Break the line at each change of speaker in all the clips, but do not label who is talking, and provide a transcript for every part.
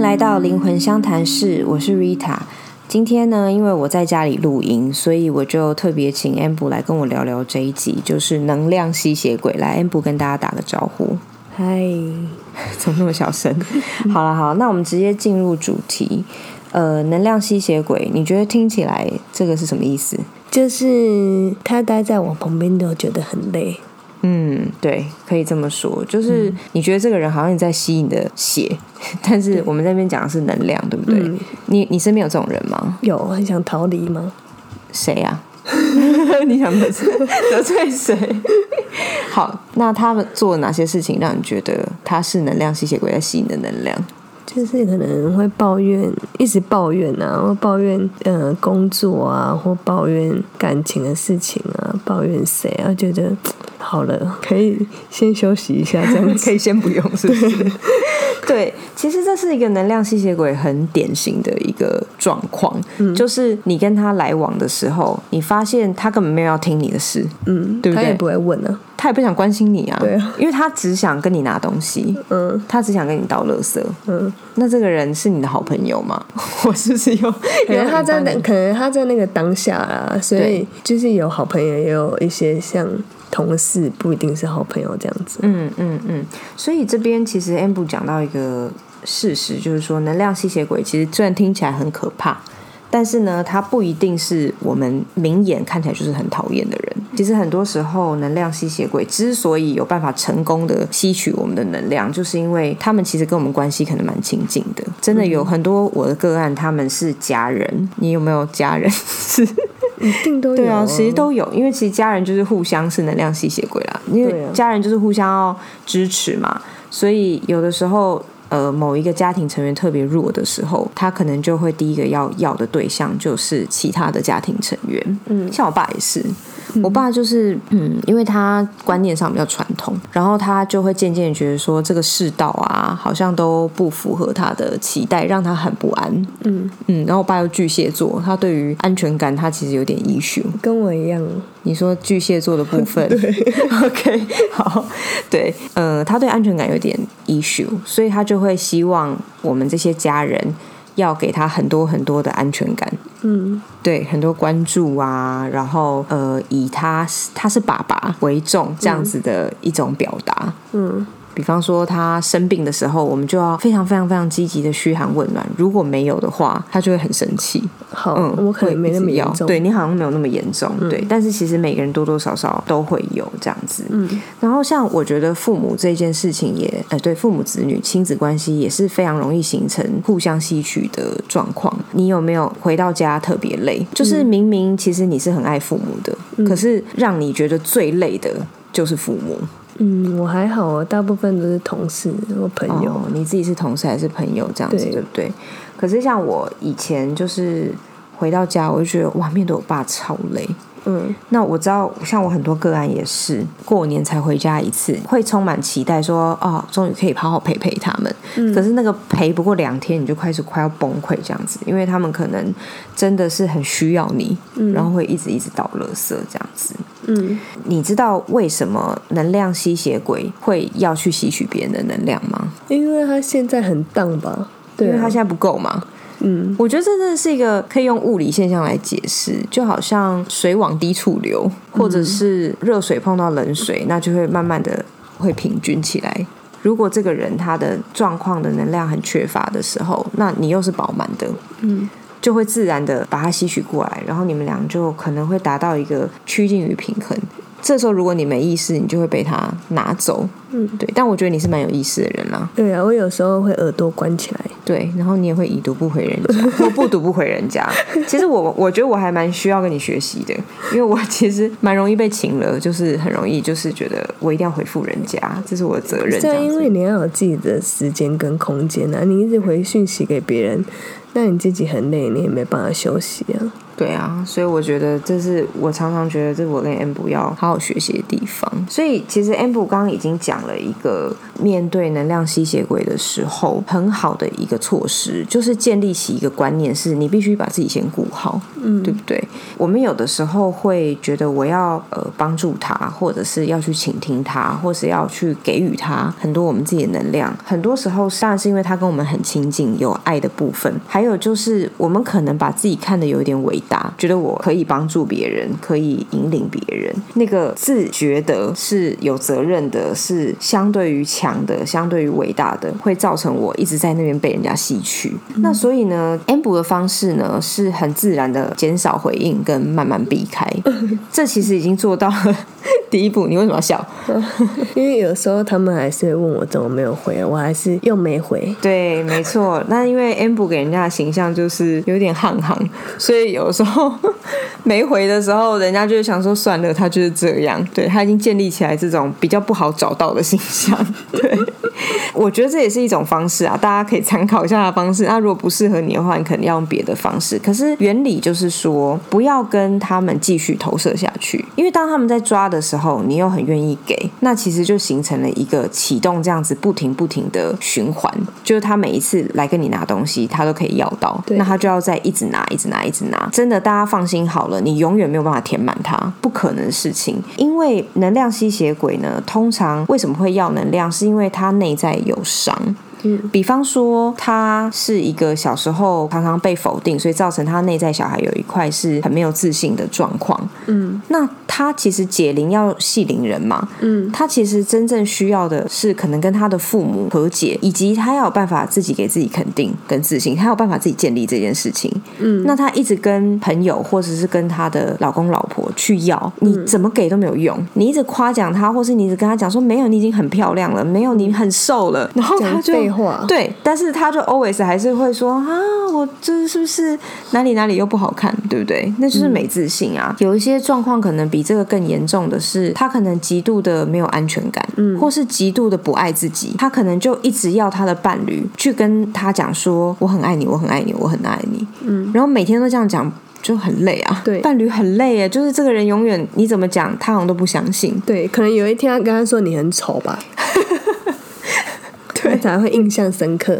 来到灵魂相谈室，我是 Rita。今天呢，因为我在家里录音，所以我就特别请 a m b 来跟我聊聊这一集，就是能量吸血鬼。来 a m b 跟大家打个招呼。
嗨，
怎么那么小声？ 好了，好，那我们直接进入主题。呃，能量吸血鬼，你觉得听起来这个是什么意思？
就是他待在我旁边都觉得很累。
嗯，对，可以这么说，就是
嗯
你觉得这个人好像你在吸你的血， 但是我们这边讲的是能量，对不对？
嗯
你你身边有这种人吗？
有很想逃离吗？
谁啊？ 你想得罪 得罪谁？好，那他们做了哪些事情让你觉得他是能量吸血鬼在吸你的能量？
就是可能会抱怨，一直抱怨啊，或抱怨呃工作啊，或抱怨感情的事情啊，抱怨谁啊？觉得好了，可以先休息一下，这 样 子。
可以先不用，是不是？ 对，其实这是一个能量吸血鬼很典型的一个状况，就是你跟他来往的时候，你发现他根本没有要听你的事，
嗯，
对不
他也
对
不会问啊。
他也不想关心你啊，
对啊
因为他只想跟你拿东西，
嗯
他只想跟你倒垃圾。
嗯，
那这个人是你的好朋友吗？ 我是不是 又
可
又
能他在
很
那，可能他在那个当下啦，所以
对
就是有好朋友，也有一些像同事，不一定是好朋友这样子。
嗯嗯嗯，所以这边其实 M 部讲到一个事实，就是说能量吸血鬼其实虽然听起来很可怕，但是呢，它不一定是我们明眼看起来就是很讨厌的人。其实很多时候，能量吸血鬼之所以有办法成功的吸取我们的能量，就是因为他们其实跟我们关系可能蛮亲近的。真的有很多我的个案，他们是家人，你有没有家人 是？
一定都有、哦
对啊，其实都有，因为其实家人就是互相是能量吸血鬼啦，因
对
为
啊
家人就是互相要支持嘛，所以有的时候。呃，某一个家庭成员特别弱的时候，他可能就会第一个要要的对象就是其他的家庭成员。嗯，像我爸也是，我爸就是嗯，因为他观念上比较传统，然后他就会渐渐地觉得说这个世道啊，好像都不符合他的期待，让他很不安。
嗯
嗯，然后我爸又巨蟹座，他对于安全感他其实有点 issue。
跟我一样，
你说巨蟹座的部 分，，OK，好，对，呃，他对安全感有点 issue，所以他就会希望我们这些家人要给他很多很多的安全感，
嗯，
对，很多关注啊，然后呃，以他他是爸爸为重这样子的一种表达，
嗯，
比方说他生病的时候，我们就要非常非常非常积极的嘘寒问暖，如果没有的话，他就会很生气。
好，
嗯，
我可
会
能没
一
那
直
么
要
严重，嗯
对，你好像没有那么严重，对。但是其实每个人多多少少都会有这样子，嗯。然后像我觉得父母这件事情也，呃，对父母子女亲子关系也是非常容易形成互相吸取的状况。你有没有回到家特别累？就是
嗯
明明其实你是很爱父母的，可是让你觉得最累的就是父母。
嗯，我还好，我大部分都是同事或朋友，
哦，你自己是同事还是朋友这样子，对
对
不对？可是像我以前就是回到家，我就觉得哇，面对我爸超累。
嗯
那我知道，像我很多个案也是过年才回家一次，会充满期待说，哦，终于可以好好陪陪他们。
嗯
可是那个陪不过两天，你就开始快要崩溃这样子，因为他们可能真的是很需要你，然后会一直一直倒垃圾这样子。
嗯，
你知道为什么能量吸血鬼会要去吸取别人的能量吗？
因为他现在很荡吧，对、
因
啊，
为他现在不够嘛。
嗯，
我觉得这真的是一个可以用物理现象来解释，就好像水往低处流，或者是热水碰到冷水，
嗯
那就会慢慢的会平均起来。如果这个人他的状况的能量很缺乏的时候，那你又是饱满的，
嗯，
就会自然的把它吸取过来，然后你们俩就可能会达到一个趋近于平衡。这时候如果你没意识，你就会被他拿走，
嗯，
对。但我觉得你是蛮有意识的人啦、
对啊，我有时候会耳朵关起来，
对，然后你也会已读不回人家， 或不读不回人家。其实我我觉得我还蛮需要跟你学习的，因为我其实蛮容易被请了，就是很容易就是觉得我一定要回复人家，这是我的责任。这
对啊，
样
因
子
为你要有自己的时间跟空间啊，你一直回讯息给别人，那你自己很累，你也没办法休息啊，
对啊，所以我觉得这是我常常觉得这是我跟 M 部要好好学习的地方。所以其实 M 部刚刚已经讲了一个面对能量吸血鬼的时候很好的一个措施，就是建立起一个观念，是你必须把自己先顾好，嗯，对不对？我们有的时候会觉得我要呃帮助他，或者是要去倾听他，或是要去给予他很多我们自己的能量。很多时候当然是因为他跟我们很亲近，有爱的部分，还有就是我们可能把自己看得有一点伟大，觉得我可以帮助别人，可以引领别人。那个自觉的是有责任的，是相对于强的，相对于伟大的，会造成我一直在那边被人家吸取。那所以呢 a m b 的方式呢是很自然的减少回应跟慢慢避开，这其实已经做到了 第一步。你为什么要笑？
因为有时候他们还是会问我怎么没有回，啊我还是又没回。
对，没错。那因为 Amber 给人家的形象就是有点憨憨，所以有时候 没回的时候，人家就会想说算了，他就是这样。对他已经建立起来这种比较不好找到的形象。对，我觉得这也是一种方式啊，大家可以参考一下他的方式。那如果不适合你的话，你肯定要用别的方式。可是原理就是说，不要跟他们继续投射下去，因为当他们在抓的时候，你又很愿意给，那其实就形成了一个启动这样子不停不停的循环，就是他每一次来跟你拿东西，他都可以要到，
对
那他就要再一直拿，一直拿，一直拿。真的，大家放心好了，你永远没有办法填满它，不可能的事情。因为能量吸血鬼呢，通常为什么会要能量，是因为他内在有伤。比方说，他是一个小时候常常被否定，所以造成他内在小孩有一块是很没有自信的状况。嗯，那他其实解铃要系铃人嘛。嗯，他其实真正需要的是可能跟他的父母和解，以及他要有办法自己给自己肯定跟自信，他有办法自己建立这件事情。嗯，那他一直跟朋友或者是跟他的老公老婆去要，
嗯
你怎么给都没有用。你一直夸奖他，或是你一直跟他讲说没有，你已经很漂亮了，没有，你很瘦了，然后他
嗯讲
就
废话
对，但是他就 always 还是会说啊，我这是不是哪里哪里又不好看，对不对？那就是没自信啊。有一些状况可能比这个更严重的是，他可能极度的没有安全感，嗯，或是极度的不爱自己，他可能就一直要他的伴侣去跟他讲说我很爱你，我很爱你，我很爱你，嗯，然后每天都这样讲。就很累啊，
对
伴侣很累耶，就是这个人永远你怎么讲，他好像都不相信，
对，可能有一天他跟他说你很丑吧，
对
他才会印象深刻。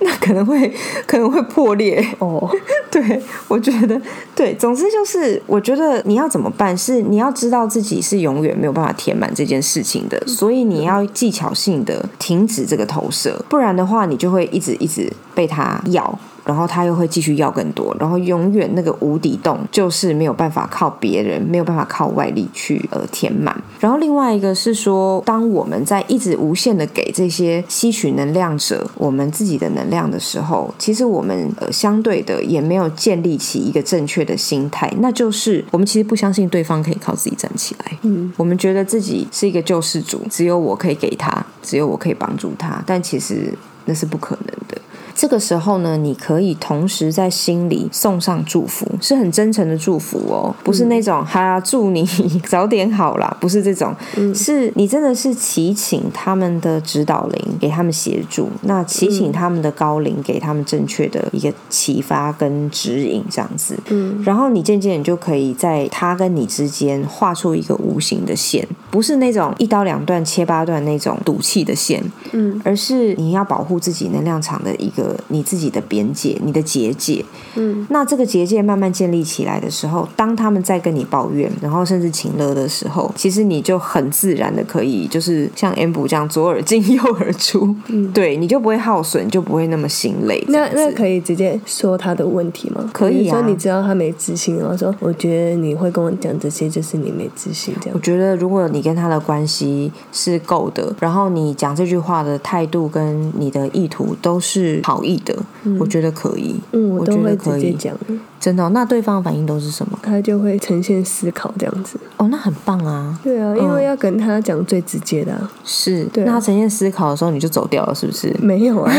那可能会可能会破裂，
哦，
对，我觉得对，总之就是，我觉得你要怎么办是你要知道自己是永远没有办法填满这件事情的，所以你要技巧性的停止这个投射，不然的话你就会一直一直被他要。然后他又会继续要更多，然后永远那个无底洞就是没有办法靠别人，没有办法靠外力去呃填满。然后另外一个是说，当我们在一直无限的给这些吸取能量者我们自己的能量的时候，其实我们呃相对的也没有建立起一个正确的心态，那就是我们其实不相信对方可以靠自己站起来。嗯，我们觉得自己是一个救世主，只有我可以给他，只有我可以帮助他，但其实那是不可能的。这个时候呢，你可以同时在心里送上祝福，是很真诚的祝福哦，不是那种哈祝你 早点好啦，不是这种，是你真的是祈请他们的指导灵给他们协助，那祈请他们的高灵给他们正确的一个启发跟指引，这样子，嗯，然后你渐渐你就可以在他跟你之间画出一个无形的线，不是那种一刀两断、切八段那种赌气的线，而是你要保护自己能量场的一个你自己的边界、你的结界。嗯，那这个结界慢慢建立起来的时候，当他们在跟你抱怨，然后甚至情勒的时候，其实你就很自然的可以，就是像 M 补这样左耳进 右耳出，嗯、对，你就不会耗损，你就不会那么心累。
那
这样
那
子
可以直接说他的问题吗？
可以啊
比如说你知道他没自信，然后说我觉得你会跟我讲这些，就是你没自信这
我
样。
觉得，如果你跟他的关系是够的，然后你讲这句话的态度跟你的意图都是好意的，我觉得可以。
嗯，
我
我
觉
都
得
会
可
直接
以。
讲，
真的哦、那对方的反应都是什么？
他就会呈现思考这样子。
哦，那很棒啊！
对啊，因为要跟他讲最直接的、啊，嗯
是，
对啊
那他呈现思考的时候你就走掉了，是不是？
没有啊，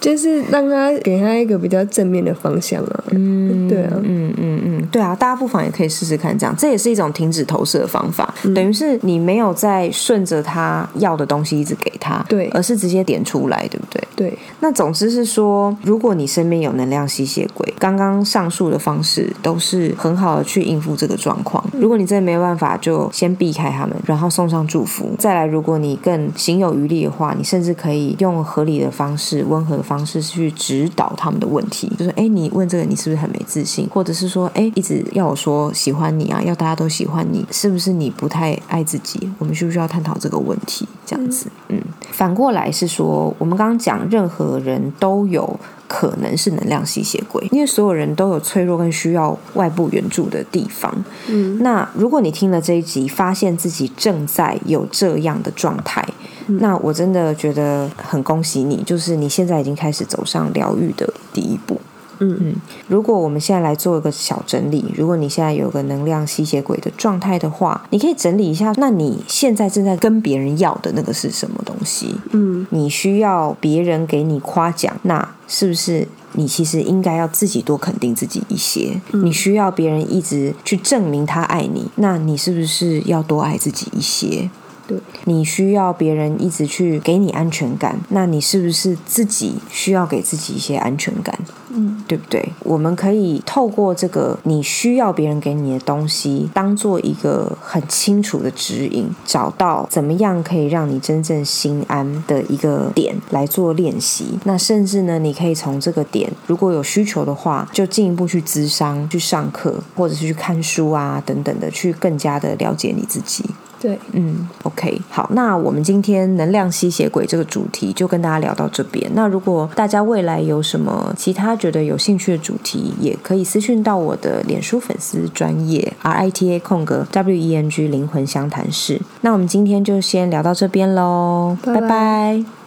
就是让他给他一个比较正面的方向啊。嗯，对啊，
嗯嗯嗯，对啊，大家不妨也可以试试看，这样这也是一种停止投射的方法，
嗯
等于是你没有在顺着他要的东西一直给他，
对
而是直接点出来，对不对？
对，
那总之是说，如果你身边有能量吸血鬼，刚刚上述的方式都是很好的去应付这个状况。如果你真的没办法，就先避开他们，然后送上祝福。再来，如果你更行有余力的话，你甚至可以用合理的方式、温和的方式去指导他们的问题，就是哎，诶你问这个你是不是很没自信，或者是说哎，诶一直要我说喜欢你啊，要大家都喜欢你，是不是你不太爱自己？我们需不需要探讨这个问题？这样子，嗯。反过来是说，我们刚刚讲，任何人都有可能是能量吸血鬼，因为所有人都有脆弱跟需要外部援助的地方。嗯，那如果你听了这一集，发现自己正在有这样的状态，那我真的觉得很恭喜你，就是你现在已经开始走上疗愈的第一步。
嗯，
如果我们现在来做一个小整理，如果你现在有个能量吸血鬼的状态的话，你可以整理一下，那你现在正在跟别人要的那个是什么东西？
嗯，
你需要别人给你夸奖，那是不是？你其实应该要自己多肯定自己一些。你需要别人一直去证明他爱你，那你是不是要多爱自己一些？
对，
你需要别人一直去给你安全感，那你是不是自己需要给自己一些安全感？
嗯，
对不对？我们可以透过这个你需要别人给你的东西，当做一个很清楚的指引，找到怎么样可以让你真正心安的一个点来做练习。那甚至呢，你可以从这个点，如果有需求的话，就进一步去咨商、去上课，或者是去看书啊等等的，去更加的了解你自己。
对，
嗯，OK，好，那我们今天能量吸血鬼这个主题就跟大家聊到这边。那如果大家未来有什么其他觉得有兴趣的主题，也可以私讯到我的脸书粉丝专业 R I T A 空格 W E N G 灵魂相谈室。那我们今天就先聊到这边喽，
拜拜
拜拜